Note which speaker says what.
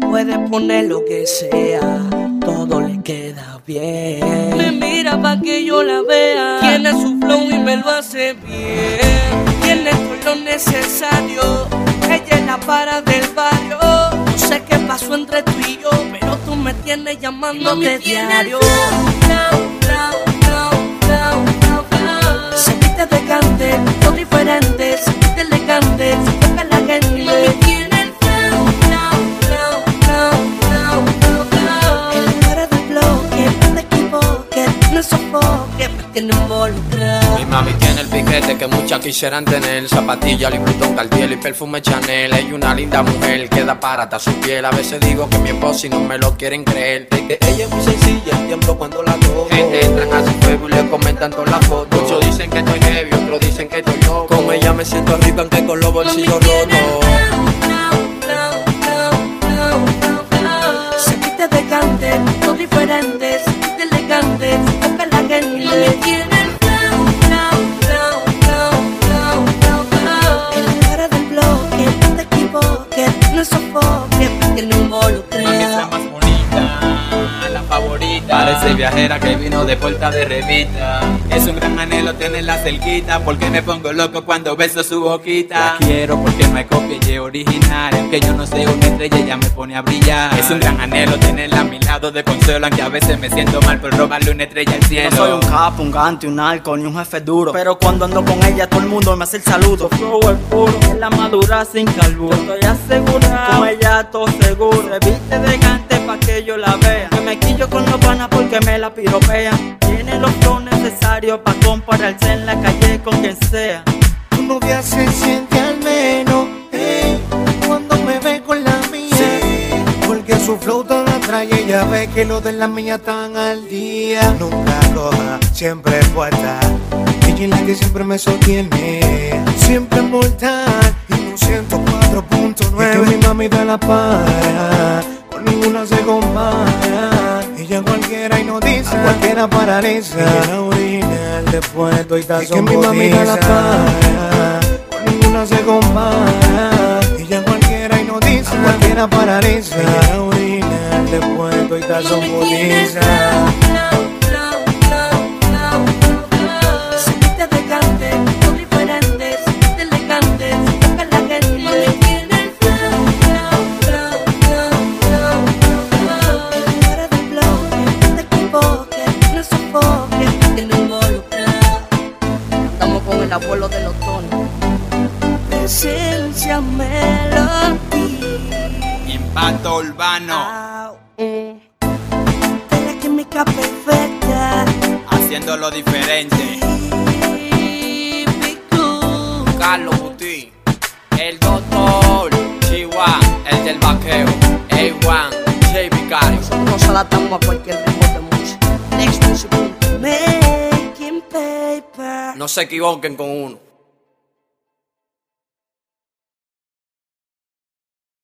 Speaker 1: puedes poner lo que sea, todo le queda bien.
Speaker 2: Me mira pa' que yo la vea.
Speaker 1: Tiene su flow y me lo hace bien.
Speaker 2: Tiene todo lo necesario. Ella es la para del barrio.
Speaker 1: No sé qué pasó entre tú y yo, pero tú me tienes llamando de diario. Se viste de cante, todo diferente, se viste elegante, se toca la gente. Que la cara del bloque, no te equivoques, no sofoque, me tiene involucrado.
Speaker 3: Mi mami tiene el piquete que muchas quisieran tener. Zapatilla, Louis Cartier y perfume Chanel. Hay una linda mujer que da parata a su piel. A veces digo que mi esposo y no me lo quieren creer. De que
Speaker 4: Ella es muy sencilla, el tiempo cuando la toco.
Speaker 3: gente entran a su pueblo y le comentan todas las fotos. Muchos dicen que estoy heavy, otros dicen que estoy loco.
Speaker 4: Con ella me siento rico aunque con los bolsillos rotos.
Speaker 1: Se viste de cante, todo diferente, se viste elegante, se toca la gente. Que la cara del bloque, no te equivoques, no sofoque, me tiene
Speaker 5: Mami es la
Speaker 1: involucrado.
Speaker 5: más bonita, la favorita. Parece viajera que vino de puerta de revista. Es un gran anhelo tenerla cerquita. Porque me pongo loco cuando beso su boquita. La quiero porque no hay copia y es original. Aunque yo no sea una estrella, ella me pone a brillar. Es un gran anhelo tenerla a mi lado de consuelo. Aunque a veces me siento mal por robarle una estrella al cielo.
Speaker 6: No soy un capo, un gante, un narco, ni un jefe duro. Pero cuando ando con ella, todo el mundo me hace el saludo. Su flow es puro, es la madura sin carburo. Yo Estoy asegurado, con ella todo seguro. Se viste de gante pa' que yo la vea. Que me quillo con los panas porque me la piropean. Tiene los flow necesarios pa' compararse en la calle con quien sea.
Speaker 7: Tu novia se siente al menos eh, cuando me ve con la mía. Porque su flow tan atrae, ella ve que los de la mía están al día. Nunca roja, siempre puesta. Ella es la que siempre me sostiene. Siempre mortal y no siento 4.9. Es que mi mami da la para, con ninguna se compara. Ella cualquiera y no dice, cualquiera paraliza. Ella es la original, después doy Es que mi mami da la para, con ninguna se compara. Ella cualquiera y no dice, cualquiera paraliza. Ella es la original, después doy son bonitas.
Speaker 1: Se viste de cante, todo diferente, se viste elegante, se toca la gente. Que la cara del bloque, no te equivoques, no sofoques, me tiene involucrado. Estamos con el abuelo de los tonos. Presencia melodía.
Speaker 5: Impacto urbano,
Speaker 1: De la química perfecta.
Speaker 5: haciéndolo diferente.
Speaker 1: Típico.
Speaker 3: Carlos Buti, el doctor, Chihuahua, el del vaqueo, A1, J Vicario.
Speaker 1: Nosotros se la damos a cualquier ritmo de música. Next music. Making paper.
Speaker 3: No se equivoquen con uno.